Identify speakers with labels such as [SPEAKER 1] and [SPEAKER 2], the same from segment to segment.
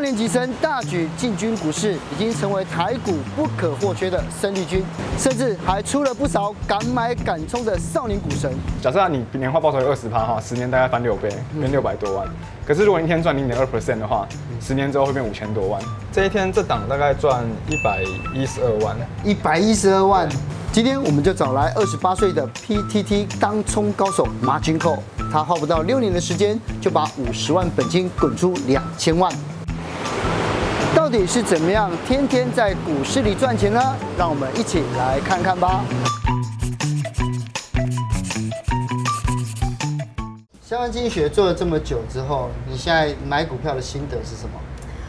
[SPEAKER 1] 年级生大举进军股市，已经成为台股不可或缺的生力军，甚至还出了不少敢买敢冲的少年股神。
[SPEAKER 2] 假设啊你年化报酬有二十趴哈，十年大概翻六倍，变六百多万。可是如果你一天赚零点二 percent 的话，十年之后会变五千多万。这一天这档大概赚一百一十二万。
[SPEAKER 1] 一百一十二万。今天我们就找来二十八岁的 PTT 当冲高手马君扣，他花不到六年的时间就把五十万本金滚出两千万。到底是怎么样天天在股市里赚钱呢？让我们一起来看看吧。相关经济学做了这么久之后，你现在买股票的心得是什么？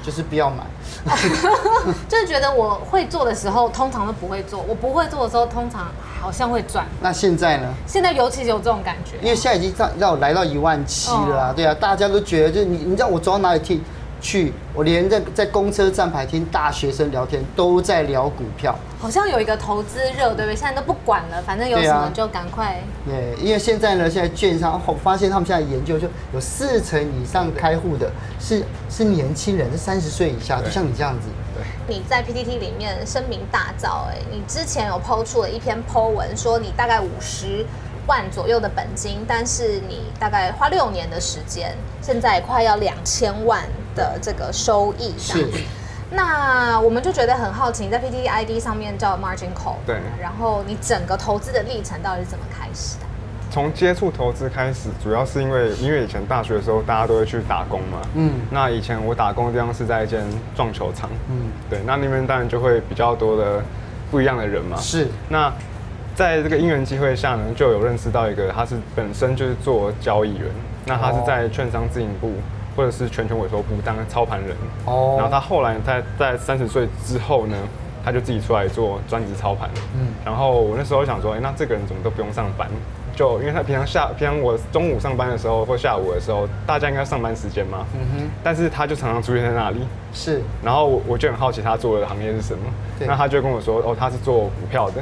[SPEAKER 1] 就是不要买。
[SPEAKER 3] 就是觉得我会做的时候，通常都不会做；我不会做的时候，通常好像会赚。
[SPEAKER 1] 那现在呢？
[SPEAKER 3] 现在尤其有这种感觉，
[SPEAKER 1] 因为现在已经到到来到一万七了
[SPEAKER 2] 哦
[SPEAKER 1] 啊，对啊，大家都觉得就是你，你知道我走到哪里去去，我连在在公车站牌听大学生聊天都在聊股票，
[SPEAKER 3] 好像有一个投资热，对不对？现在都不管了，反正有
[SPEAKER 1] 对
[SPEAKER 3] 什
[SPEAKER 1] 啊
[SPEAKER 3] 么就赶快。
[SPEAKER 1] 耶、因为现在呢，现在券商我发现他们现在研究就有四成以上开户的是是年轻人，是三十岁以下，就
[SPEAKER 2] 对
[SPEAKER 1] 像你这样子，
[SPEAKER 4] 你在 PTT 里面声名大噪，哎，你之前有抛出了一篇 Po 文，说你大概五十万左右的本金，但是你大概花六年的时间，现在快要两千万的这个收益。这样
[SPEAKER 1] 是
[SPEAKER 4] 那我们就觉得很好奇，你在 PTT ID 上面叫 Margin Call，
[SPEAKER 2] 对
[SPEAKER 4] 然后你整个投资的历程到底是怎么开始的？
[SPEAKER 2] 从接触投资开始，主要是因为因为以前大学的时候大家都会去打工嘛，
[SPEAKER 1] 嗯
[SPEAKER 2] 嗯，那以前我打工的地方是在一间撞球场，
[SPEAKER 1] 嗯
[SPEAKER 2] 嗯，对，那那边当然就会比较多的不一样的人嘛，
[SPEAKER 1] 是
[SPEAKER 2] 那在这个因缘机会下呢，就有认识到一个，他是本身就是做交易员，那他是
[SPEAKER 1] 哦
[SPEAKER 2] 在券商自营部或者是全权委托部当操盘人。
[SPEAKER 1] 哦
[SPEAKER 2] 然后他后来在在三十岁之后呢，他就自己出来做专职操盘。
[SPEAKER 1] 嗯
[SPEAKER 2] 嗯，然后我那时候想说，哎、那这个人怎么都不用上班？就因为他平常下平常我中午上班的时候或下午的时候，大家应该上班时间嘛。嗯
[SPEAKER 1] 哼
[SPEAKER 2] 哼。但是他就常常出现在那里。
[SPEAKER 1] 是
[SPEAKER 2] 然后我我就很好奇他做的行业是什么，
[SPEAKER 1] 对
[SPEAKER 2] 那他就跟我说，哦，他是做股票的，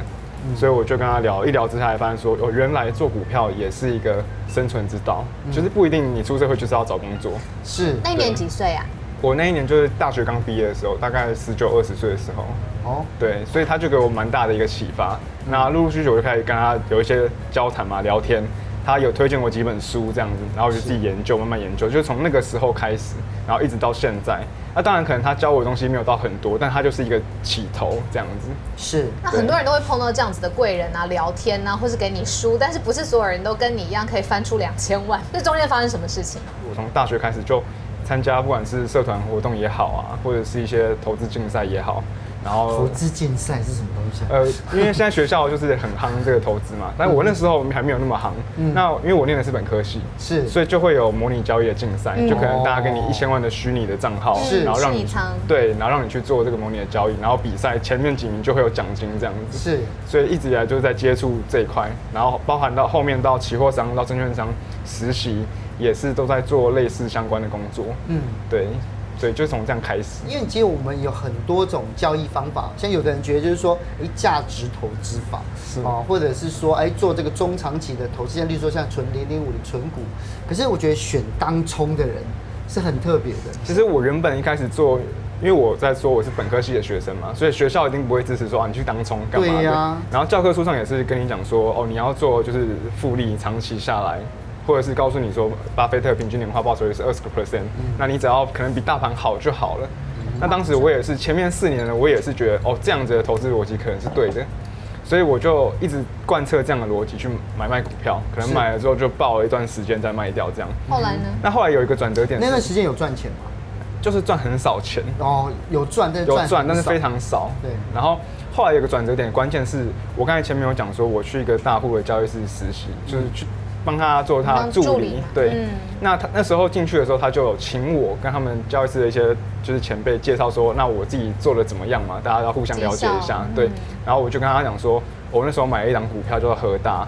[SPEAKER 2] 所以我就跟他聊，一聊之下才发现说，哦，原来做股票也是一个生存之道，就是不一定你出社会就是要找工作。
[SPEAKER 1] 是
[SPEAKER 4] 那一年几岁啊？
[SPEAKER 2] 我那一年就是大学刚毕业的时候，大概十九二十岁的时候，
[SPEAKER 1] 哦，
[SPEAKER 2] 对，所以他就给我蛮大的一个启发。那陆陆续续我就开始跟他有一些交谈嘛，聊天。他有推荐我几本书这样子，然后我就自己研究，慢慢研究，就是从那个时候开始，然后一直到现在。那当然可能他教我的东西没有到很多，但他就是一个起头这样子。
[SPEAKER 1] 是
[SPEAKER 4] 那很多人都会碰到这样子的贵人啊，聊天啊，或是给你书，但是不是所有人都跟你一样可以翻出两千万？这中间发生什么事情？
[SPEAKER 2] 我从大学开始就参加，不管是社团活动也好啊，或者是一些投资竞赛也好，然后
[SPEAKER 1] 投资竞赛是什么东西啊？
[SPEAKER 2] 呃，因为现在学校就是很夯这个投资嘛，但我那时候还没有那么夯。
[SPEAKER 1] 嗯
[SPEAKER 2] 那因为我念的是本科系，
[SPEAKER 1] 是嗯
[SPEAKER 2] 所以就会有模拟交易的竞赛，就可能大家给你一千万的虚拟的账号，
[SPEAKER 1] 是
[SPEAKER 2] 然后让
[SPEAKER 4] 虚
[SPEAKER 2] 你
[SPEAKER 4] 拟仓
[SPEAKER 2] 对，然后让你去做这个模拟的交易，然后比赛前面几名就会有奖金这样子。
[SPEAKER 1] 是
[SPEAKER 2] 所以一直以来就是在接触这一块，然后包含到后面到期货商、到证券商实习，也是都在做类似相关的工作。
[SPEAKER 1] 嗯
[SPEAKER 2] 嗯，对，所以就从这样开始。
[SPEAKER 1] 因为其实我们有很多种交易方法，像有的人觉得就是说，哎，价值投资法
[SPEAKER 2] 是
[SPEAKER 1] 啊，或者是说，哎，做这个中长期的投资，像例如说像存零零五的存股，可是我觉得选当冲的人是很特别的，
[SPEAKER 2] 其实我原本一开始做，因为我在说我是本科系的学生嘛，所以学校一定不会支持说啊你去当冲干嘛的。
[SPEAKER 1] 对呀
[SPEAKER 2] 然后教科书上也是跟你讲说哦你要做就是复利，长期下来。或者是告诉你说，巴菲特平均年化报酬率是二十个 percent，那
[SPEAKER 1] 嗯
[SPEAKER 2] 你只要可能比大盘好就好了。那当时我也是前面四年呢，我也是觉得哦这样子的投资逻辑可能是对的，所以我就一直贯彻这样的逻辑去买卖股票，可能
[SPEAKER 1] 是
[SPEAKER 2] 买了之后就抱了一段时间再卖掉这样。
[SPEAKER 4] 后来呢？
[SPEAKER 2] 那后来有一个转折点
[SPEAKER 1] 那段
[SPEAKER 2] 是，
[SPEAKER 1] 时间有赚钱吗？
[SPEAKER 2] 就是赚很少钱，
[SPEAKER 1] 哦，有赚，但是
[SPEAKER 2] 有赚，
[SPEAKER 1] 很
[SPEAKER 2] 但是
[SPEAKER 1] 少
[SPEAKER 2] 非常少。
[SPEAKER 1] 对
[SPEAKER 2] 然后后来有个转折点，关键是我刚才前面有讲说，我去一个大户的交易室实习，就是去帮他做他
[SPEAKER 4] 当
[SPEAKER 2] 助理。
[SPEAKER 4] 嗯助理嘛
[SPEAKER 2] 对，
[SPEAKER 4] 嗯
[SPEAKER 2] 那他那时候进去的时候，他就有请我跟他们交易室的一些就是前辈介绍说，那我自己做的怎么样嘛，大家要互相了解一
[SPEAKER 4] 介绍
[SPEAKER 2] 下。对
[SPEAKER 4] 嗯，
[SPEAKER 2] 然后我就跟他讲说，我那时候买了一档股票叫做和大，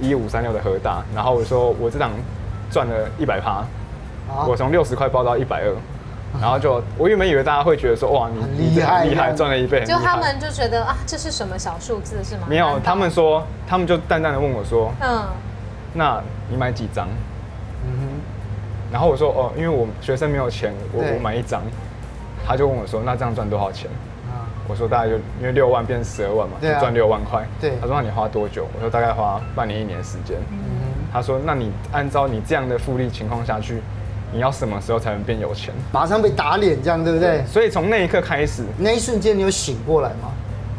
[SPEAKER 2] 一五三六的和大，然后我说我这档赚了一百趴。
[SPEAKER 1] 啊
[SPEAKER 2] 我从六十块报到一百二，然后就我原本以为大家会觉得说哇你
[SPEAKER 1] 很
[SPEAKER 2] 你
[SPEAKER 1] 厉
[SPEAKER 2] 真的
[SPEAKER 1] 害
[SPEAKER 2] 很厉
[SPEAKER 1] 这
[SPEAKER 2] 害
[SPEAKER 1] 样
[SPEAKER 2] 赚了一倍，很
[SPEAKER 4] 就
[SPEAKER 2] 厉
[SPEAKER 4] 他
[SPEAKER 2] 害
[SPEAKER 4] 们就觉得啊，这是什么小数字是吗？
[SPEAKER 2] 嗯没有
[SPEAKER 4] 难，道
[SPEAKER 2] 他们哦说他们就淡淡的问我说，
[SPEAKER 4] 嗯，
[SPEAKER 2] 那你买几张？
[SPEAKER 1] 嗯哼
[SPEAKER 2] 然后我说哦，因为我学生没有钱，我
[SPEAKER 1] 对
[SPEAKER 2] 我买一张。他就问我说，那这样赚多少钱？
[SPEAKER 1] 啊，
[SPEAKER 2] 我说大概就因为六万变十二万嘛，就
[SPEAKER 1] 对啊
[SPEAKER 2] 赚六万块。
[SPEAKER 1] 对
[SPEAKER 2] 他说那你花多久？我说大概花半年一年时间。
[SPEAKER 1] 嗯
[SPEAKER 4] 嗯
[SPEAKER 2] 他说那你按照你这样的复利情况下去，你要什么时候才能变有钱？
[SPEAKER 1] 马上被打脸，这样对不对？
[SPEAKER 2] 所以从那一刻开始，
[SPEAKER 1] 那一瞬间你有醒过来吗？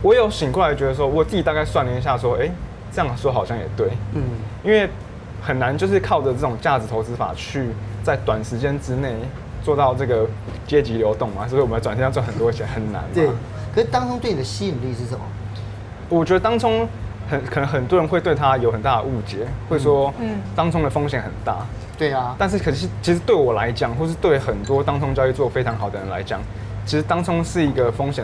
[SPEAKER 2] 我有醒过来，觉得说我自己大概算了一下，说，哎、这样说好像也对，
[SPEAKER 1] 嗯，
[SPEAKER 2] 因为很难就是靠着这种价值投资法去在短时间之内做到这个阶级流动嘛，所以我们短时间要赚很多钱很难嘛。
[SPEAKER 1] 对。可是当中对你的吸引力是什么？
[SPEAKER 2] 我觉得当冲很可能很多人会对它有很大的误解，会说，嗯，当冲的风险很大，
[SPEAKER 1] 对啊，
[SPEAKER 2] 但是可是其实对我来讲，或是对很多当冲交易做得非常好的人来讲，其实当冲是一个风险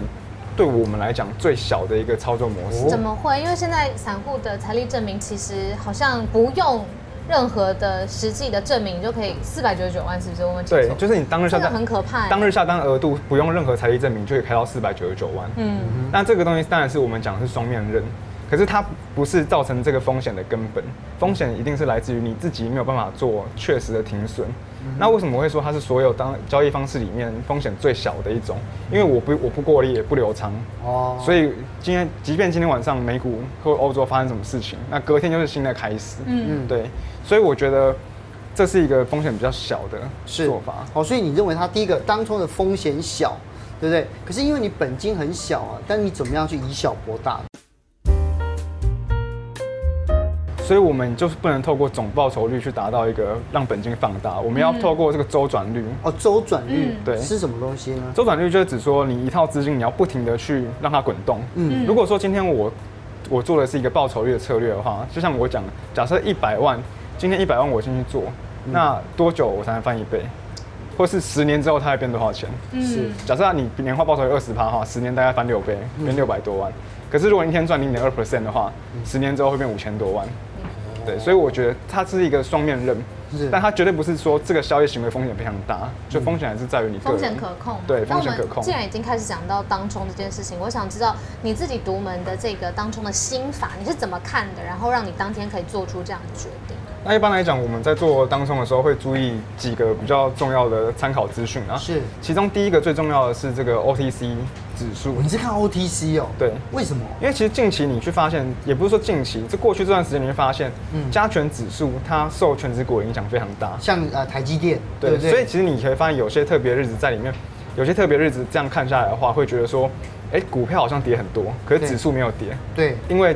[SPEAKER 2] 对我们来讲最小的一个操作模式。
[SPEAKER 4] 怎么会？因为现在散户的财力证明其实好像不用任何的实际的证明就可以四百九十九万，是不是？我们
[SPEAKER 2] 对，
[SPEAKER 4] 清楚
[SPEAKER 2] 就是你当日下
[SPEAKER 4] 这个
[SPEAKER 2] 单
[SPEAKER 4] 很可怕欸
[SPEAKER 2] 当日下单额度不用任何财力证明就可以开到四百九十九万。嗯，那这个东西当然是我们讲的是双面刃，可是它不是造成这个风险的根本，风险一定是来自于你自己没有办法做确实的停损。那为什么我会说它是所有当交易方式里面风险最小的一种？因为我不我不过利也不留仓，
[SPEAKER 1] 哦，
[SPEAKER 2] 所以今天，即便今天晚上美股或欧洲发生什么事情，那隔天就是新的开始。嗯，对，所以我觉得这是一个风险比较小的
[SPEAKER 1] 是
[SPEAKER 2] 做法。
[SPEAKER 1] 哦，所以你认为它第一个当中的风险小，对不对？可是因为你本金很小啊，但你怎么样去以小博大？
[SPEAKER 2] 所以我们就是不能透过总报酬率去达到一个让本金放大，我们要透过这个周转率。
[SPEAKER 1] 哦，周转率
[SPEAKER 2] 嗯对
[SPEAKER 1] 是什么东西呢？
[SPEAKER 2] 周转率就是指说，你一套资金你要不停的去让它滚动。
[SPEAKER 1] 嗯
[SPEAKER 2] 嗯，如果说今天我我做的是一个报酬率的策略的话，就像我讲，假设一百万，今天一百万我进去做，那多久我才能翻一倍？或是十年之后它会变多少钱？
[SPEAKER 4] 嗯
[SPEAKER 1] 是
[SPEAKER 2] 假设啊你年化报酬有二十趴的话，十年大概翻六倍，
[SPEAKER 1] 嗯
[SPEAKER 2] 变六百多万。可是如果你一天赚零点二 percent 的话，十年之后会变五千多万。对，所以我觉得它是一个双面刃
[SPEAKER 1] 嗯是，嗯
[SPEAKER 2] 但它绝对不是说这个消费行为风险非常大，就风险还是在于你个
[SPEAKER 4] 风
[SPEAKER 2] 人
[SPEAKER 4] 险可控。
[SPEAKER 2] 对，
[SPEAKER 4] 那
[SPEAKER 2] 风
[SPEAKER 4] 我
[SPEAKER 2] 险
[SPEAKER 4] 们
[SPEAKER 2] 可控
[SPEAKER 4] 既。然已经开始讲到当冲这件事情，我想知道你自己独门的这个当冲的心法，你是怎么看的？然后让你当天可以做出这样的决定？
[SPEAKER 2] 那一般来讲，我们在做当冲的时候会注意几个比较重要的参考资讯啊。
[SPEAKER 1] 是
[SPEAKER 2] 其中第一个最重要的是这个 OTC 指数。
[SPEAKER 1] 你是看 OTC 哦？
[SPEAKER 2] 对
[SPEAKER 1] 为什么？
[SPEAKER 2] 因为其实近期你去发现，也不是说近期，这过去这段时间你会发现，
[SPEAKER 1] 嗯
[SPEAKER 2] 加权指数它受全指股的影响非常大，
[SPEAKER 1] 像呃台积电，对
[SPEAKER 2] 对，
[SPEAKER 1] 不对？
[SPEAKER 2] 所以其实你可以发现有些特别日子在里面，有些特别日子这样看下来的话，会觉得说，哎、股票好像跌很多，可是
[SPEAKER 1] 对
[SPEAKER 2] 指数没有跌，
[SPEAKER 1] 对，
[SPEAKER 2] 因为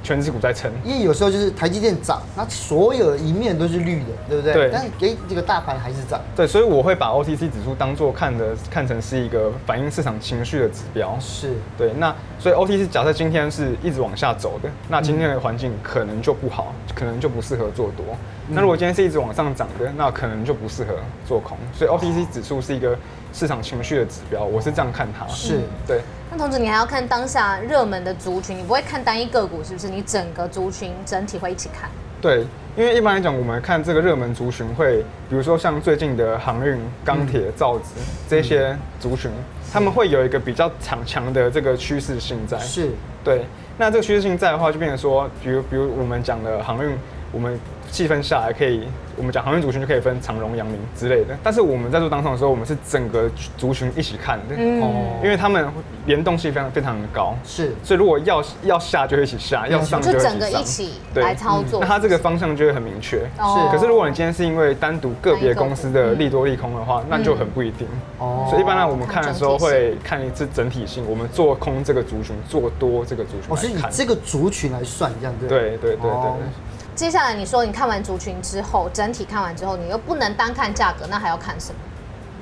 [SPEAKER 2] 全指股在撑。
[SPEAKER 1] 因为有时候就是台积电涨，那所有一面都是绿的，对不对？
[SPEAKER 2] 对
[SPEAKER 1] 但给这个大盘还是涨，
[SPEAKER 2] 对，所以我会把 OTC 指数当做看的看成是一个反映市场情绪的指标。
[SPEAKER 1] 是
[SPEAKER 2] 对，那所以 OTC 假设今天是一直往下走的，那今天的环境可能就不好，可能就不适合做多。那如果今天是一直往上涨的，那可能就不适合做空。所以 OTC 指数是一个市场情绪的指标，我是这样看它。
[SPEAKER 1] 是。
[SPEAKER 2] 对，
[SPEAKER 4] 那同时你还要看当下热门的族群，你不会看单一个股，是不是？你整个族群整体会一起看。
[SPEAKER 2] 对，因为一般来讲，我们看这个热门族群会，比如说像最近的航运、钢
[SPEAKER 1] 嗯
[SPEAKER 2] 铁、造纸这些族群，他们会有一个比较强强的这个趋势性在。
[SPEAKER 1] 是，
[SPEAKER 2] 对，那这个趋势性在的话，就变成说，比如比如我们讲的航运，我们细分下来可以，我们讲航运族群就可以分长荣、阳明之类的。但是我们在做当场的时候，我们是整个族群一起看的，
[SPEAKER 4] 嗯
[SPEAKER 1] 哦
[SPEAKER 2] 嗯因为他们联动性非常非常高。
[SPEAKER 1] 是
[SPEAKER 2] 所以如果要要下就会一起下，要上就
[SPEAKER 4] 就
[SPEAKER 2] 会
[SPEAKER 4] 整个
[SPEAKER 2] 一
[SPEAKER 4] 一
[SPEAKER 2] 起上
[SPEAKER 4] 起
[SPEAKER 2] 对嗯
[SPEAKER 4] 来操作
[SPEAKER 2] 那它这个方向就会很明确。
[SPEAKER 1] 哦
[SPEAKER 2] 可是如果你今天是因为单独个别公司的利多利空的
[SPEAKER 4] 嗯
[SPEAKER 2] 话，那就很不一定。
[SPEAKER 1] 哦
[SPEAKER 2] 所以一般呢，我们看的时候会看一次整体性，我们做空这个族群，做多这个族
[SPEAKER 1] 我是
[SPEAKER 2] 群
[SPEAKER 1] 哦以
[SPEAKER 2] 来看。
[SPEAKER 1] 这个族群来算，这样对不
[SPEAKER 2] 对对对
[SPEAKER 1] 哦
[SPEAKER 2] 对，
[SPEAKER 4] 接下来你说你看完族群之后，整体看完之后，你又不能单看价格，那还要看什么？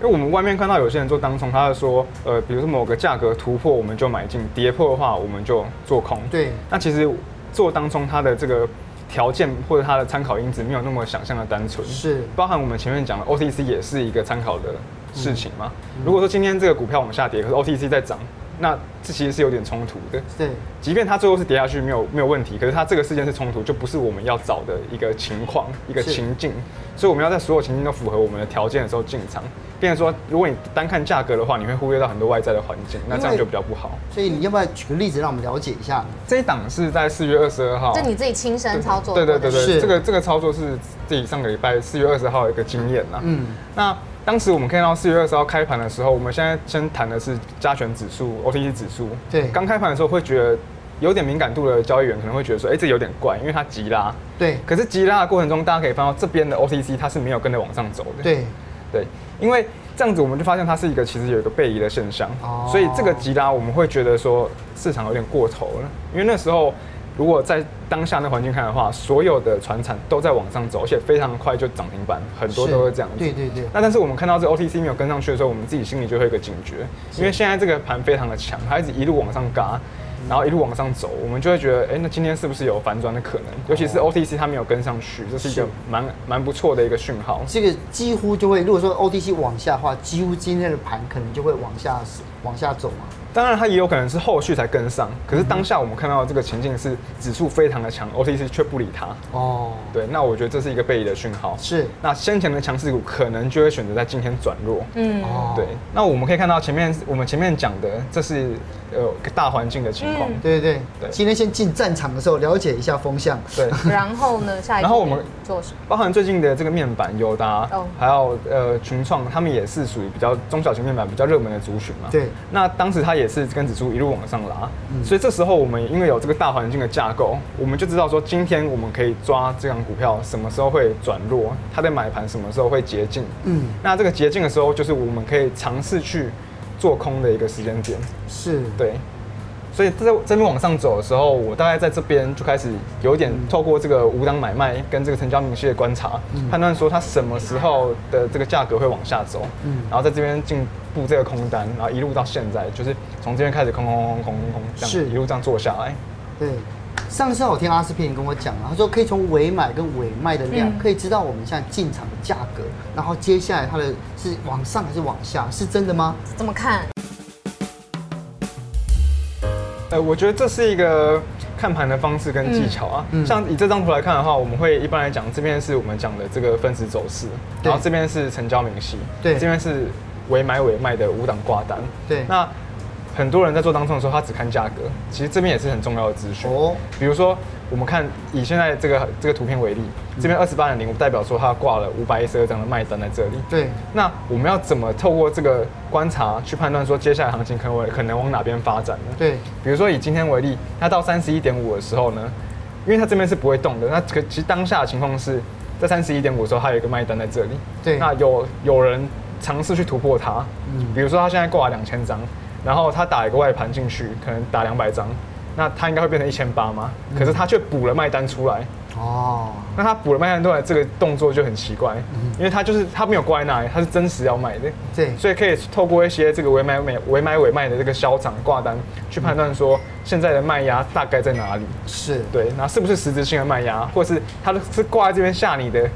[SPEAKER 2] 因为我们外面看到有些人做当冲，他会说，呃，比如说某个价格突破我们就买进，跌破的话我们就做空。
[SPEAKER 1] 对
[SPEAKER 2] 那其实做当中它的这个条件或者它的参考因子没有那么想象的单纯，
[SPEAKER 1] 是
[SPEAKER 2] 包含我们前面讲的
[SPEAKER 1] 嗯
[SPEAKER 2] OTC 也是一个参考的事情嘛。如果说今天这个股票往下跌，可是 OTC 在涨，那这其实是有点冲突的。
[SPEAKER 1] 对，
[SPEAKER 2] 即便它最后是跌下去没有没有问题，可是它这个事件是冲突，就不是我们要找的一个情况一个
[SPEAKER 1] 是
[SPEAKER 2] 情境，所以我们要在所有情境都符合我们的条件的时候进场。变成说，如果你单看价格的话，你会忽略到很多外在的环境，那这样就比较不好。
[SPEAKER 1] 所以你要不要举个例子让我们了解一下？
[SPEAKER 2] 这一档是在四月二十二号，
[SPEAKER 4] 就你自己亲身操作过
[SPEAKER 2] 哦对
[SPEAKER 4] 的
[SPEAKER 2] 对对
[SPEAKER 4] 事，
[SPEAKER 1] 是
[SPEAKER 2] 对，这个这个操作是自己上个礼拜四月二十号有一个经验啦。
[SPEAKER 1] 嗯
[SPEAKER 2] 嗯，那当时我们看到四月二十号开盘的时候，我们现在先谈的是加权指数、OTC 指数。
[SPEAKER 1] 对
[SPEAKER 2] 刚开盘的时候会觉得有点敏感度的交易员可能会觉得说，哎、这有点怪，因为它急拉。
[SPEAKER 1] 对
[SPEAKER 2] 可是急拉的过程中，大家可以看到这边的 OTC 它是没有跟着往上走的。
[SPEAKER 1] 对，
[SPEAKER 2] 对，因为这样子我们就发现它是一个其实有一个背离的现象，
[SPEAKER 1] 哦
[SPEAKER 2] 所以这个急拉我们会觉得说市场有点过头了，因为那时候如果在当下那环境看的话，所有的船产都在往上走，而且非常快就涨停板，很多
[SPEAKER 1] 是
[SPEAKER 2] 都会这样子。
[SPEAKER 1] 对对对
[SPEAKER 2] 那但是我们看到这 OTC 没有跟上去的时候，我们自己心里就会有一个警觉，因为现在这个盘非常的强，它一直一路往上嘎。然后一路往上走，我们就会觉得，哎，那今天是不是有反转的可能？尤其是 OTC 它没有跟上去，这是一
[SPEAKER 1] 哦是
[SPEAKER 2] 个蛮蛮不错的一个讯号。
[SPEAKER 1] 这个几乎就会，如果说 OTC 往下的话，几乎今天的盘可能就会往下往下走嘛。
[SPEAKER 2] 当然，它也有可能是后续才跟上，可是
[SPEAKER 1] 嗯
[SPEAKER 2] 当下我们看到的这个情境是指数非常的强，OTC 却不理它。
[SPEAKER 1] 哦，
[SPEAKER 2] 对，那我觉得这是一个背离的讯号。
[SPEAKER 1] 是
[SPEAKER 2] 那先前的强势股可能就会选择在今天转弱。
[SPEAKER 3] 嗯，
[SPEAKER 1] 哦，
[SPEAKER 2] 对，那我们可以看到前面我们前面讲的，这是呃大环境的情况。
[SPEAKER 3] 嗯
[SPEAKER 1] 对对对，
[SPEAKER 2] 对
[SPEAKER 1] 今天先进战场的时候了解一下风向。
[SPEAKER 2] 对，
[SPEAKER 4] 然后呢，下一步
[SPEAKER 2] 然后我们
[SPEAKER 4] 做什么？
[SPEAKER 2] 包含最近的这个面板友达
[SPEAKER 4] 哦，
[SPEAKER 2] 还有呃群创，他们也是属于比较中小型面板比较热门的族群嘛。
[SPEAKER 1] 对
[SPEAKER 2] 那当时它也是跟指数一路往上拉，所以这时候我们因为有这个大环境的架构，我们就知道说今天我们可以抓这张股票什么时候会转弱，它的买盘什么时候会捷径。
[SPEAKER 1] 嗯
[SPEAKER 2] 嗯，那这个捷径的时候，就是我们可以尝试去做空的一个时间点。
[SPEAKER 1] 是，
[SPEAKER 2] 对。所以在这边往上走的时候，我大概在这边就开始有点
[SPEAKER 1] 嗯
[SPEAKER 2] 透过这个无档买卖跟这个成交明细的观察，判断说它什么时候的这个价格会往下走，
[SPEAKER 1] 嗯
[SPEAKER 2] 然后在这边进步这个空单，然后一路到现在，就是从这边开始空空空空空空，这
[SPEAKER 1] 是
[SPEAKER 2] 样一路这样做下来。
[SPEAKER 1] 对。上次我听阿斯匹林跟我讲啊，他说可以从尾买跟尾卖的量，
[SPEAKER 3] 嗯
[SPEAKER 1] 可以知道我们现在进场的价格，然后接下来它的是往上还是往下，是真的吗？
[SPEAKER 4] 怎么看？
[SPEAKER 2] 呃，我觉得这是一个看盘的方式跟技巧啊。
[SPEAKER 1] 嗯嗯
[SPEAKER 2] 像以这张图来看的话，我们会一般来讲，这边是我们讲的这个分时走势，
[SPEAKER 1] 对
[SPEAKER 2] 然后这边是成交明细，
[SPEAKER 1] 对
[SPEAKER 2] 这边是尾买尾卖的五档挂单。
[SPEAKER 1] 对
[SPEAKER 2] 那很多人在做当冲的时候，他只看价格，其实这边也是很重要的资讯。
[SPEAKER 1] 哦
[SPEAKER 2] 哦，比如说我们看以现在这个这个图片为例，这
[SPEAKER 1] 嗯
[SPEAKER 2] 边二十八点零，代表说它挂了五百一十二张的卖单在这里。
[SPEAKER 1] 对，
[SPEAKER 2] 那我们要怎么透过这个观察去判断说接下来行情可能会可能往哪边发展呢？
[SPEAKER 1] 对，
[SPEAKER 2] 比如说以今天为例，它到三十一点五的时候呢，因为它这边是不会动的，那可其实当下的情况是在三十一点五的时候，它有一个卖单在这里，
[SPEAKER 1] 对
[SPEAKER 2] 那有有人尝试去突破它，
[SPEAKER 1] 嗯
[SPEAKER 2] 比如说他现在挂了两千张，然后他打一个外盘进去，可能打两百张，那他应该会变成一千八嘛，
[SPEAKER 1] 嗯
[SPEAKER 2] 可是他却补了卖单出来，
[SPEAKER 1] 哦，
[SPEAKER 2] 那他补了卖单出来这个动作就很奇怪，
[SPEAKER 1] 嗯
[SPEAKER 2] 因为他就是他没有挂在那里，他是真实要卖的，
[SPEAKER 1] 对
[SPEAKER 2] 所以可以透过一些这个尾买尾尾买尾卖的这个销涨挂单去判断说现在的卖压大概在哪里，
[SPEAKER 1] 是，
[SPEAKER 2] 对，那是不是实质性的卖压，或是他是挂在这边吓你的，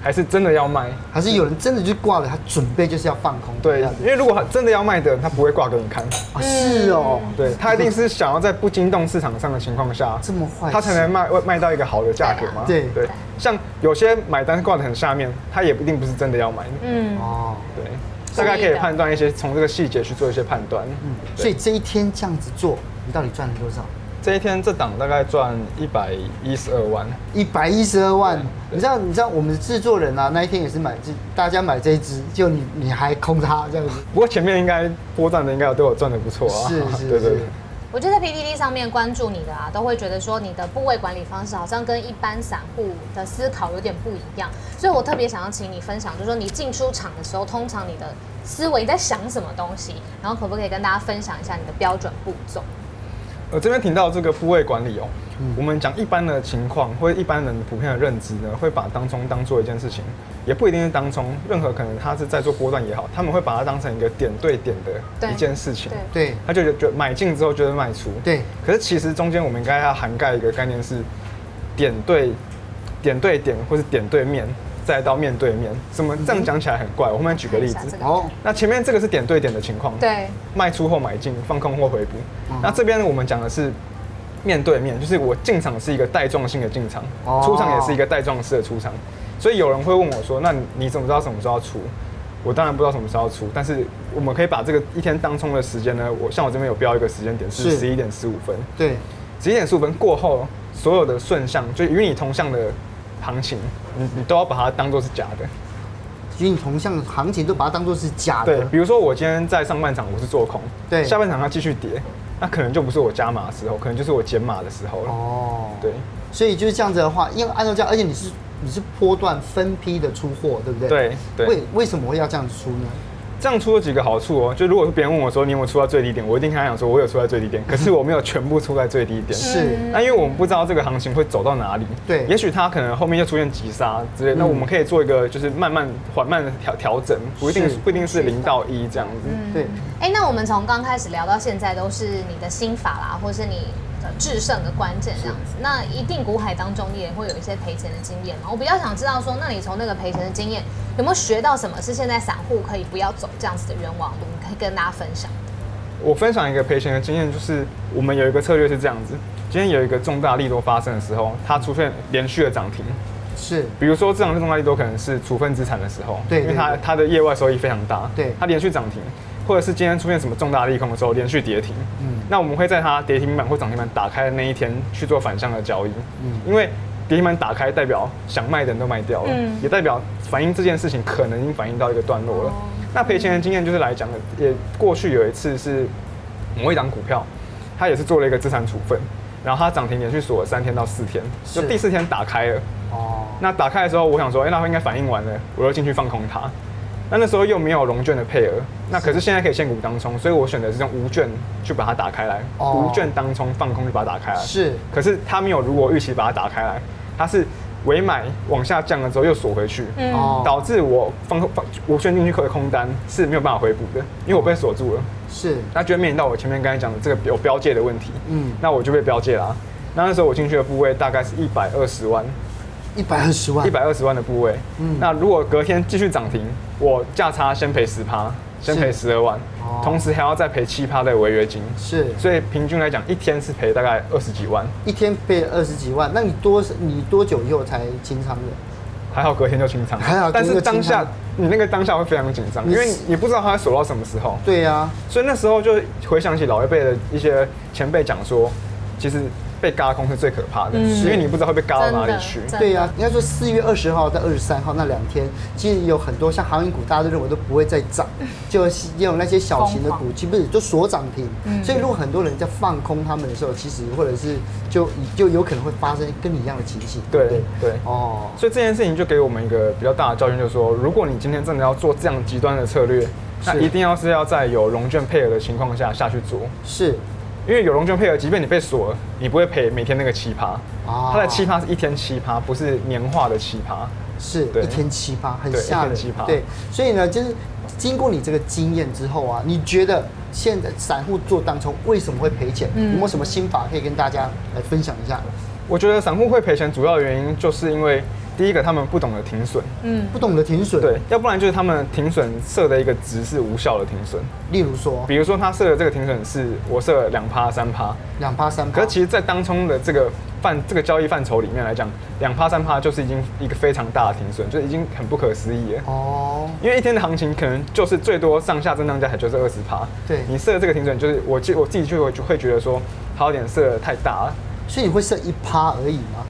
[SPEAKER 2] 还是真的要卖？
[SPEAKER 1] 还是有人真的就挂了，他准备就是要放空，
[SPEAKER 2] 对
[SPEAKER 1] 这样，子
[SPEAKER 2] 因为如果他真的要卖的，他不会挂给你看，
[SPEAKER 1] 啊，是哦，
[SPEAKER 2] 对他一定是想要在不惊动市场上的情况下，
[SPEAKER 1] 这么坏，
[SPEAKER 2] 他才能卖卖到一个好的价格嘛。
[SPEAKER 1] 对啊
[SPEAKER 2] 对，像有些买单挂的很下面，他也不一定不是真的要买的。
[SPEAKER 3] 嗯，
[SPEAKER 1] 哦，
[SPEAKER 2] 对，
[SPEAKER 4] 所
[SPEAKER 2] 大
[SPEAKER 4] 以
[SPEAKER 2] 概可以
[SPEAKER 4] 的
[SPEAKER 2] 判断一些从这个细节去做一些判断。
[SPEAKER 1] 嗯
[SPEAKER 2] 嗯，，
[SPEAKER 1] 所以这一天这样子做，你到底赚了多少？
[SPEAKER 2] 这一天这档大概赚一百一十二万，
[SPEAKER 1] 一百一十二万
[SPEAKER 2] 对，
[SPEAKER 1] 你知道？你知道我们制作人啊，那一天也是买这，大家买这一只，就你你还空它这 样子，
[SPEAKER 2] 不过前面应该波段的应该都有赚的不错啊。
[SPEAKER 1] 是是
[SPEAKER 2] 对对
[SPEAKER 1] 是
[SPEAKER 2] 对。
[SPEAKER 4] 我觉得在 PDD 上面关注你的啊，都会觉得说你的部位管理方式好像跟一般散户的思考有点不一样，所以我特别想要请你分享，就是说你进出场的时候，通常你的思维你在想什么东西，然后可不可以跟大家分享一下你的标准步骤？
[SPEAKER 2] 我这边提到这个部位管理哦，
[SPEAKER 1] 嗯
[SPEAKER 2] 我们讲一般的情况或者一般人普遍的认知呢，会把当冲当做一件事情，也不一定是当冲，任何可能他是在做波段也好，他们会把它当成一个点对点的
[SPEAKER 4] 对
[SPEAKER 2] 一件事情。
[SPEAKER 4] 对
[SPEAKER 1] 对
[SPEAKER 2] 他就觉得买进之后就是卖出。
[SPEAKER 1] 对
[SPEAKER 2] 可是其实中间我们应该要涵盖一个概念是点对点对点或是点对面再到面对面，怎么这样讲起来很怪？我后面举个例
[SPEAKER 4] 看
[SPEAKER 2] 子
[SPEAKER 4] 一下这。个
[SPEAKER 1] 哦，
[SPEAKER 2] 那前面这个是点对点的情况，
[SPEAKER 3] 对，
[SPEAKER 2] 卖出后买进，放空或回补。那这边我们讲的是面对面，就是我进场是一个带状性的进场
[SPEAKER 1] 哦，
[SPEAKER 2] 出场也是一个带状式的出场。所以有人会问我说：“那你你怎么知道什么时候要出？”我当然不知道什么时候要出，但是我们可以把这个一天当冲的时间呢，我像我这边有标一个时间点是
[SPEAKER 1] 是
[SPEAKER 2] 十一点十五分，
[SPEAKER 1] 对，
[SPEAKER 2] 十一点十五分过后，所有的顺向就与你同向的行情，你你都要把它当做是假的。
[SPEAKER 1] 与你同向的行情都把它当做是假
[SPEAKER 2] 对，
[SPEAKER 1] 的
[SPEAKER 2] 比，如说我今天在上半场我是做空，
[SPEAKER 1] 对
[SPEAKER 2] 下半场它继续跌，那可能就不是我加码的时候，可能就是我减码的时候了。
[SPEAKER 1] 哦，
[SPEAKER 2] 对
[SPEAKER 1] 所以就是这样子的话，因为按照这样，而且你是你是波段分批的出货，对不对？
[SPEAKER 2] 对对
[SPEAKER 1] 为，为什么会要这样子出呢？
[SPEAKER 2] 这样出有几个好处哦，就如果别人问我说你有没有出到最低点，我一定跟他讲说我有出在最低点，可是我没有全部出在最低 点。
[SPEAKER 1] 是
[SPEAKER 2] 那因为我们不知道这个行情会走到哪里，
[SPEAKER 1] 对嗯
[SPEAKER 2] 也许它可能后面又出现急杀之类，那我们可以做一个就是慢慢缓慢的调调整，不一定
[SPEAKER 1] 是
[SPEAKER 2] 不一定是零到一这样子。
[SPEAKER 1] 对，
[SPEAKER 4] 哎，那我们从刚开始聊到现在，都是你的心法啦，或是你的制胜的关键这样子。那一定股海当中，你也会有一些赔钱的经验嘛？我比较想知道说，那你从那个赔钱的经验，有没有学到什么是现在散户可以不要走这样子的冤枉路？你可以跟大家分享。
[SPEAKER 2] 我分享一个赔钱的经验，就是我们有一个策略是这样子：今天有一个重大利多发生的时候，它出现连续的涨停，
[SPEAKER 1] 是
[SPEAKER 2] 比如说这两个重大利多可能是处分资产的时候，
[SPEAKER 1] 对
[SPEAKER 2] 因为
[SPEAKER 1] 对
[SPEAKER 2] 它
[SPEAKER 1] 对
[SPEAKER 2] 它的业外收益非常大，
[SPEAKER 1] 对
[SPEAKER 2] 它连续涨停，或者是今天出现什么重大利空的时候连续跌停，嗯，那我们会在它跌停板或涨停板打开的那一天去做反向的交易，嗯，因为跌停板打开代表想卖的人都卖掉了，
[SPEAKER 3] 嗯
[SPEAKER 2] 也代表反映这件事情可能已经反映到一个段落了。那赔钱的经验就是来讲，也过去有一次是某一档股票，它也是做了一个资产处分，然后它涨停连续锁了三天到四天，就是第四天打开了。
[SPEAKER 1] 哦，
[SPEAKER 2] 那打开的时候，我想说，哎、那它应该反应完了，我又进去放空它。那那时候又没有融券的配额，那可是现在可以限股当冲，所以我选择是用无券去把它打开来，
[SPEAKER 1] 哦
[SPEAKER 2] 无券当冲放空就把它打开来。
[SPEAKER 1] 是
[SPEAKER 2] 可是它没有如我预期把它打开来，它是尾买往下降了之后又锁回去，
[SPEAKER 3] 嗯
[SPEAKER 1] 哦
[SPEAKER 2] 导致我放空放无券进去的空单是没有办法回补的，因为我被锁住了。
[SPEAKER 1] 是
[SPEAKER 2] 那就会面临到我前面刚才讲的这个有标界的问题，
[SPEAKER 1] 嗯
[SPEAKER 2] 嗯，那我就被标界啦、那那时候我进去的部位大概是一百二十万，
[SPEAKER 1] 一百二十万，
[SPEAKER 2] 一百二十万的部位。
[SPEAKER 1] 嗯
[SPEAKER 2] 那如果隔天继续涨停，我价差先赔十趴，先赔十二万
[SPEAKER 1] 哦，
[SPEAKER 2] 同时还要再赔七趴的违约金，
[SPEAKER 1] 是
[SPEAKER 2] 所以平均来讲，一天是赔大概二十几万，
[SPEAKER 1] 一天赔二十几万，那你多你多久以后才清仓的？
[SPEAKER 2] 还好隔天就清仓。
[SPEAKER 1] 还好
[SPEAKER 2] 但
[SPEAKER 1] 隔天
[SPEAKER 2] 是
[SPEAKER 1] 就清仓
[SPEAKER 2] 当
[SPEAKER 1] 嗯
[SPEAKER 2] 下你那个当下会非常紧张，
[SPEAKER 1] 你
[SPEAKER 2] 因为
[SPEAKER 1] 是
[SPEAKER 2] 你不知道它会锁到什么时候。
[SPEAKER 1] 对啊，
[SPEAKER 2] 所以那时候就回想起老一辈的一些前辈讲说，其实被嘎空是最可怕的，
[SPEAKER 1] 嗯
[SPEAKER 2] 因为你不知道会被嘎到哪里去。
[SPEAKER 4] 真的
[SPEAKER 1] 对啊，应该说四月二十号到二十三号那两天，其实有很多像航运股，大家都认为都不会再涨，就是也有那些小型的股，基本就锁涨停。所以如果很多人在放空他们的时候，其实或者是就就有可能会发生跟你一样的情形，
[SPEAKER 2] 对
[SPEAKER 1] 不
[SPEAKER 2] 对。
[SPEAKER 1] 哦，
[SPEAKER 2] 所以这件事情就给我们一个比较大的教训，就是说，如果你今天真的要做这样极端的策略，那
[SPEAKER 1] 是
[SPEAKER 2] 一定要是要在有融券配额的情况下下去做，
[SPEAKER 1] 是
[SPEAKER 2] 因为有融券配额，即便你被锁了，你不会赔每天那个七趴
[SPEAKER 1] 哦，
[SPEAKER 2] 它的七趴是一天七趴，不是年化的七趴。
[SPEAKER 1] 是
[SPEAKER 2] 对
[SPEAKER 1] 一天七趴，很
[SPEAKER 2] 对
[SPEAKER 1] 吓
[SPEAKER 2] 一
[SPEAKER 1] 人。
[SPEAKER 2] 天7%
[SPEAKER 1] 对，所以呢，就是经过你这个经验之后啊，你觉得现在散户做当中为什么会赔钱？有没有什么心法可以跟大家来分享一下？
[SPEAKER 2] 我觉得散户会赔钱，主要的原因就是因为第一个他们不懂得停损，
[SPEAKER 1] 不懂得停损，
[SPEAKER 2] 对，，要不然就是他们停损设的一个值是无效的停损，
[SPEAKER 1] 例如说
[SPEAKER 2] 比如说他设的这个停损是我设两趴三趴，
[SPEAKER 1] 两趴三趴，
[SPEAKER 2] 可是其实，在当冲的这个范这个交易范畴里面来讲，两趴三趴就是已经一个非常大的停损，就已经很不可思议了。
[SPEAKER 1] 哦，
[SPEAKER 2] 因为一天的行情可能就是最多上下震荡价才就是二十趴，
[SPEAKER 1] 对
[SPEAKER 2] 你设的这个停损就是我记我自己就会就会觉得说，它有点设的太大了。
[SPEAKER 1] 所以你会设一趴而已嘛？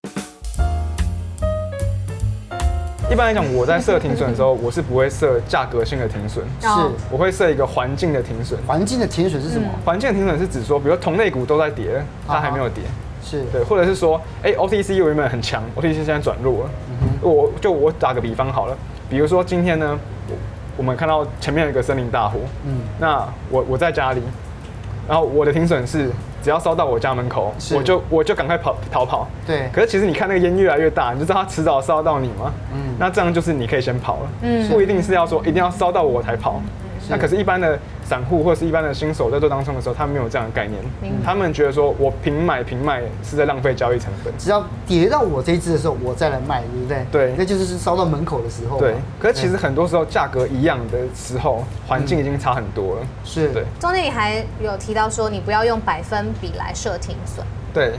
[SPEAKER 2] 一般来讲，我在设停损的时候，我是不会设价格性的停损，
[SPEAKER 4] 哦
[SPEAKER 1] 是
[SPEAKER 2] 我会设一个环境的停损。
[SPEAKER 1] 环境的停损是什么？
[SPEAKER 2] 环境的停损是指说，比如同类股都在跌，它还没有跌，
[SPEAKER 4] 嗯
[SPEAKER 1] 是
[SPEAKER 2] 对，或者是说，哎、o t c 原本很强，OTC 现在转弱了。我就我打个比方好了，比如说今天呢，我我们看到前面有一个森林大火，
[SPEAKER 1] 嗯
[SPEAKER 2] 嗯，那我我在家里，然后我的停损是只要烧到我家门口
[SPEAKER 1] 是，
[SPEAKER 2] 我就我就赶快跑逃跑。
[SPEAKER 1] 对
[SPEAKER 2] 可是其实你看那个烟越来越大，你就知道它迟早烧到你嘛。
[SPEAKER 1] 嗯
[SPEAKER 2] 嗯，那这样就是你可以先跑了，嗯，不一定是要说一定要烧到我才跑。那可是，一般的散户或是一般的新手在做当冲的时候，他们没有这样的概念，他们觉得说我平买平卖是在浪费交易成本。
[SPEAKER 1] 只要跌到我这一只的时候，我再来卖，对不对？
[SPEAKER 2] 对
[SPEAKER 1] 那就是烧到门口的时候嘛。
[SPEAKER 2] 对，可是其实很多时候价格一样的时候，环境已经差很多了。
[SPEAKER 1] 是
[SPEAKER 2] 对
[SPEAKER 4] 中间你还有提到说，你不要用百分比来设停损，
[SPEAKER 2] 对，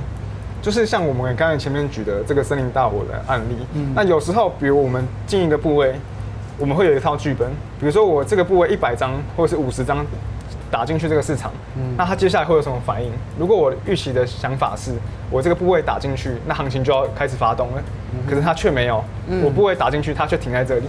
[SPEAKER 2] 就是像我们刚才前面举的这个森林大火的案例，
[SPEAKER 1] 嗯
[SPEAKER 2] 那有时候比如我们进一个部位，我们会有一套剧本，比如说我这个部位一百张或者是五十张打进去这个市场，
[SPEAKER 1] 嗯
[SPEAKER 2] 那它接下来会有什么反应？如果我预期的想法是我这个部位打进去，那行情就要开始发动了，可是它却没有，
[SPEAKER 1] 嗯
[SPEAKER 2] 我部位打进去，它却停在这里。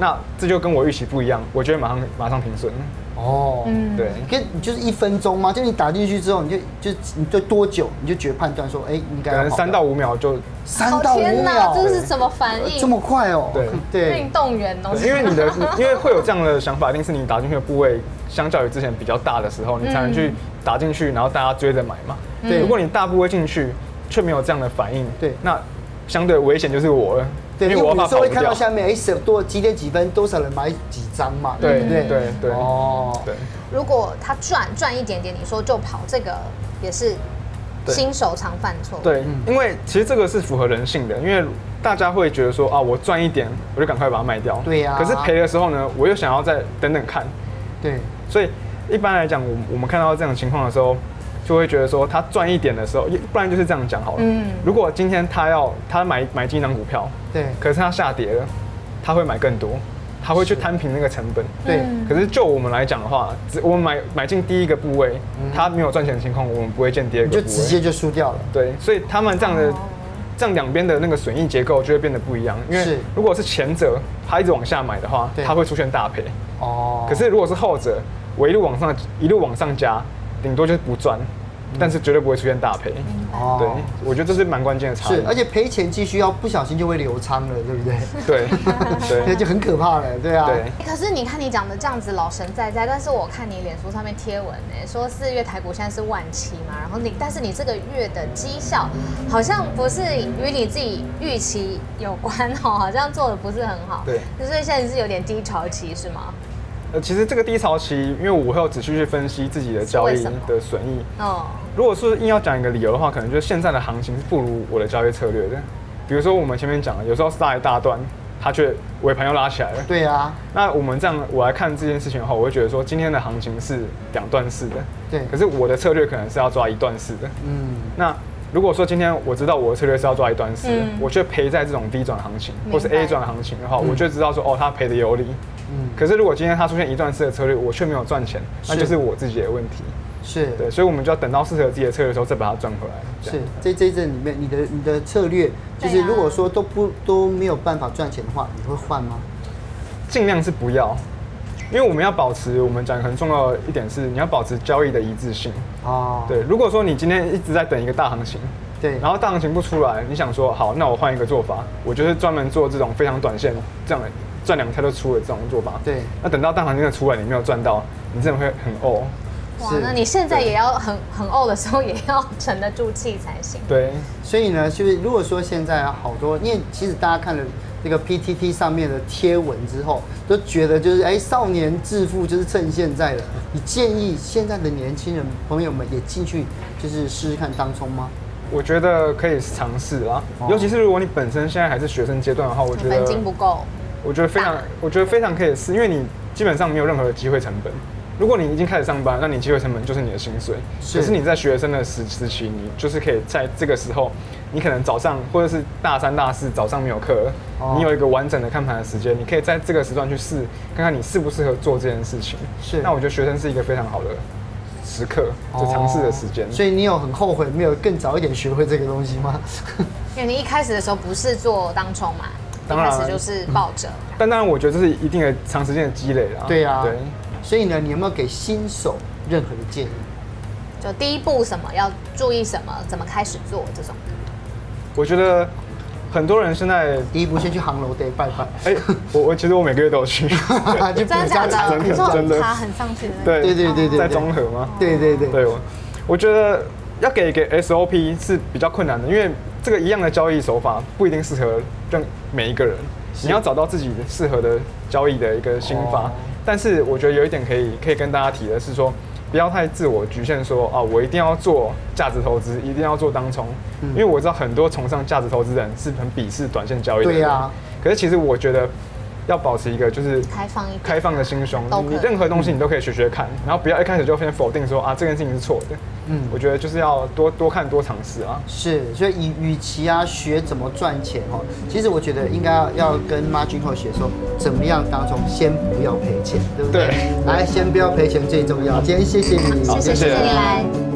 [SPEAKER 2] 那这就跟我预期不一样，我觉得马上马上停损。
[SPEAKER 1] 哦，嗯，
[SPEAKER 2] 对，
[SPEAKER 1] 跟你就是一分钟吗？就你打进去之后，你就就你就多久你就决判断说，哎，应该
[SPEAKER 2] 可能三到五秒就
[SPEAKER 1] 三到五
[SPEAKER 4] 哦天
[SPEAKER 1] 秒，
[SPEAKER 4] 这是什么反
[SPEAKER 1] 呃
[SPEAKER 4] 应？
[SPEAKER 1] 这么快哦？
[SPEAKER 2] 对
[SPEAKER 1] 对
[SPEAKER 4] 运，动员哦，
[SPEAKER 2] 对因为你的，因为会有这样的想法，一定是你打进去的部位相较于之前比较大的时候，你才能去打进去，然后大家追着买嘛。
[SPEAKER 1] 嗯对
[SPEAKER 2] 如果你大部位进去却没有这样的反应，
[SPEAKER 1] 对
[SPEAKER 2] 那相对危险就是我了，
[SPEAKER 1] 对，因为
[SPEAKER 2] 我
[SPEAKER 1] 我
[SPEAKER 2] 要
[SPEAKER 1] 们有
[SPEAKER 2] 怕
[SPEAKER 1] 时
[SPEAKER 2] 跑
[SPEAKER 1] 候
[SPEAKER 2] 不
[SPEAKER 1] 会看
[SPEAKER 2] 掉
[SPEAKER 1] 到。下面，哎，什多几点几分多少人买几张嘛？
[SPEAKER 2] 对
[SPEAKER 1] 不
[SPEAKER 2] 对对对
[SPEAKER 1] 哦，
[SPEAKER 2] 对，
[SPEAKER 4] 如果他赚赚一点点，你说就跑，这个也是
[SPEAKER 2] 对
[SPEAKER 4] 新手常犯错。，
[SPEAKER 2] 对
[SPEAKER 1] 嗯，
[SPEAKER 2] 因为其实这个是符合人性的，因为大家会觉得说啊，我赚一点，我就赶快把它卖掉。
[SPEAKER 1] 对呀
[SPEAKER 2] 可是赔的时候呢，我又想要再等等看，
[SPEAKER 1] 对，
[SPEAKER 2] 所以一般来讲，我我们看到这种情况的时候，就会觉得说他赚一点的时候，也不然就是这样讲好了。
[SPEAKER 4] 嗯
[SPEAKER 2] 如果今天他要他买买进一张股票，
[SPEAKER 1] 对
[SPEAKER 2] 可是他下跌了，他会买更多，他会去摊平那个成本。
[SPEAKER 1] 对，
[SPEAKER 4] 嗯
[SPEAKER 2] 可是就我们来讲的话，只我们买买进第一个部位，他没有赚钱的情况，我们不会见第二
[SPEAKER 1] 嗯你
[SPEAKER 2] 个部
[SPEAKER 1] 就
[SPEAKER 2] 位。
[SPEAKER 1] 直接就输掉了。
[SPEAKER 2] 对，所以他们这样的、这样两边的那个损益结构就会变得不一样。因
[SPEAKER 1] 是
[SPEAKER 2] 为如果是前者他一直往下买的话
[SPEAKER 1] 对，
[SPEAKER 2] 他会出现大赔。
[SPEAKER 1] 哦，
[SPEAKER 2] 可是如果是后者，我一路往上一路往上加，顶多就是不赚，但是绝对不会出现大赔。
[SPEAKER 1] 哦
[SPEAKER 2] 对，我觉得这是蛮关键的差异。
[SPEAKER 1] 是，而且赔钱继续要不小心就会流仓了，对不对？
[SPEAKER 2] 对
[SPEAKER 1] 那
[SPEAKER 2] 对
[SPEAKER 1] 就很可怕了，对啊。
[SPEAKER 2] 对，
[SPEAKER 4] 可是你看你讲的这样子老神在在，但是我看你脸书上面贴文呢、说四月台股现在是万七嘛，然后你但是你这个月的绩效好像不是与你自己预期有关哦，好像做的不是很好，
[SPEAKER 2] 对，
[SPEAKER 4] 所以现在是有点低潮期是吗？
[SPEAKER 2] 呃，其实这个低潮期，因为我会有仔细去分析自己的交
[SPEAKER 4] 为
[SPEAKER 2] 易
[SPEAKER 4] 什么
[SPEAKER 2] 的损益。
[SPEAKER 4] 哦，
[SPEAKER 2] 如果是硬要讲一个理由的话，可能就是现在的行情是不如我的交易策略的。比如说我们前面讲的，有时候杀一大段，它却尾盘又拉起来了。
[SPEAKER 1] 对啊，
[SPEAKER 2] 那我们这样，我来看这件事情的话，我会觉得说，今天的行情是两段式的，
[SPEAKER 1] 对
[SPEAKER 2] 可是我的策略可能是要抓一段式的。
[SPEAKER 1] 嗯，
[SPEAKER 2] 那如果说今天我知道我的策略是要抓一段式的，
[SPEAKER 4] 嗯
[SPEAKER 2] 我却赔在这种 D 转行情
[SPEAKER 4] 明白嗯
[SPEAKER 2] 或是 A 转行情的话，我就知道说，哦，他赔的有理。
[SPEAKER 1] 嗯
[SPEAKER 2] 可是如果今天他出现一段式的策略，我却没有赚钱，那
[SPEAKER 1] 是
[SPEAKER 2] 就是我自己的问题。
[SPEAKER 1] 是
[SPEAKER 2] 对，所以我们就要等到适合自己的策略的时候，再把它赚回来。这
[SPEAKER 1] 是
[SPEAKER 2] 样，
[SPEAKER 1] 这这一阵里面，你的你的策略就是
[SPEAKER 4] 对啊
[SPEAKER 1] 如果说都不都没有办法赚钱的话，你会换吗？
[SPEAKER 2] 尽量是不要，因为我们要保持我们讲很重要的一点是，你要保持交易的一致性。
[SPEAKER 1] 哦，
[SPEAKER 2] 对，如果说你今天一直在等一个大行情，
[SPEAKER 1] 对，
[SPEAKER 2] 然后大行情不出来，你想说好，那我换一个做法，我就是专门做这种非常短线，这样赚两跳就出了这种做法。
[SPEAKER 1] 对
[SPEAKER 2] 那等到大行情真的出来，你没有赚到，你真的会很哦呕。
[SPEAKER 4] 哇
[SPEAKER 1] 是，
[SPEAKER 4] 那你现在也要很很呕的时候也要沉得住气才行。
[SPEAKER 1] 嗯
[SPEAKER 2] 对，
[SPEAKER 1] 所以呢，就是如果说现在啊好多，因为其实大家看了那个 PTT 上面的贴文之后，都觉得就是哎，少年致富就是趁现在了。你建议现在的年轻人朋友们也进去就是试试看当冲吗？
[SPEAKER 2] 我觉得可以尝试啦，
[SPEAKER 1] 哦
[SPEAKER 2] 尤其是如果你本身现在还是学生阶段的话，我觉
[SPEAKER 4] 本
[SPEAKER 2] 得
[SPEAKER 4] 金不够，
[SPEAKER 2] 我觉得非常
[SPEAKER 4] 大，
[SPEAKER 2] 我觉得非常可以试，因为你基本上没有任何的机会成本。如果你已经开始上班，那你机会成本就是你的薪水。
[SPEAKER 1] 是
[SPEAKER 2] 可是你在学生的时时期，你就是可以在这个时候，你可能早上或者是大三、大四早上没有课，
[SPEAKER 1] 哦
[SPEAKER 2] 你有一个完整的看盘的时间，你可以在这个时段去试，看看你适不适合做这件事情。
[SPEAKER 1] 是哦
[SPEAKER 2] 那我觉得学生是一个非常好的时刻，就尝试的时间。
[SPEAKER 1] 所以你有很后悔没有更早一点学会这个东西 吗？
[SPEAKER 4] 因为你一开始的时候不是做当冲嘛，一
[SPEAKER 2] 当然啊
[SPEAKER 4] 开始就是抱着。
[SPEAKER 2] 但当然，我觉得这是一定的长时间的积累啦。
[SPEAKER 1] 对啊，
[SPEAKER 2] 对。
[SPEAKER 1] 所以呢，你有没有给新手任何的建议？
[SPEAKER 4] 就第一步什么要注意什么，怎么开始做这种。
[SPEAKER 2] 我觉得很多人现在
[SPEAKER 1] 第一步先去航楼 day 拜拜，
[SPEAKER 2] 哎、我我其实我每个月都有去，
[SPEAKER 1] 就
[SPEAKER 4] 真的假
[SPEAKER 1] 比较
[SPEAKER 4] 的？
[SPEAKER 1] 长
[SPEAKER 4] 你
[SPEAKER 2] 真的
[SPEAKER 4] 说
[SPEAKER 2] 真的
[SPEAKER 4] 爬很上去的那个。
[SPEAKER 2] 对
[SPEAKER 1] 对对对对，
[SPEAKER 2] 在中和吗？
[SPEAKER 1] 对对对
[SPEAKER 2] 对，我我觉得要给给 SOP 是比较困难的，因为这个一样的交易手法不一定适合让每一个人，你要找到自己适合的交易的一个心法。
[SPEAKER 1] 哦
[SPEAKER 2] 但是我觉得有一点可以可以跟大家提的是说，不要太自我局限说啊，我一定要做价值投资，一定要做当冲，
[SPEAKER 1] 嗯
[SPEAKER 2] 因为我知道很多崇尚价值投资的人是很鄙视短线交易的人。
[SPEAKER 1] 对啊
[SPEAKER 2] 可是其实我觉得要保持一个就是
[SPEAKER 4] 开放一点
[SPEAKER 2] 开放的心胸
[SPEAKER 4] 都，可以
[SPEAKER 2] 你任何东西你都可以学学看，然后不要一开始就先否定说啊这件事情是错的。
[SPEAKER 1] 嗯
[SPEAKER 2] 嗯，我觉得就是要多多看多尝试啊。
[SPEAKER 1] 是，所以与与其啊学怎么赚钱哦，其实我觉得应该要要跟 margin call 学说，怎么样当中先不要赔钱，对不对？
[SPEAKER 2] 对
[SPEAKER 1] 来，先不要赔钱最重要。今天谢谢你，
[SPEAKER 2] 好
[SPEAKER 4] 谢谢
[SPEAKER 2] 谢谢
[SPEAKER 4] 谢谢你来。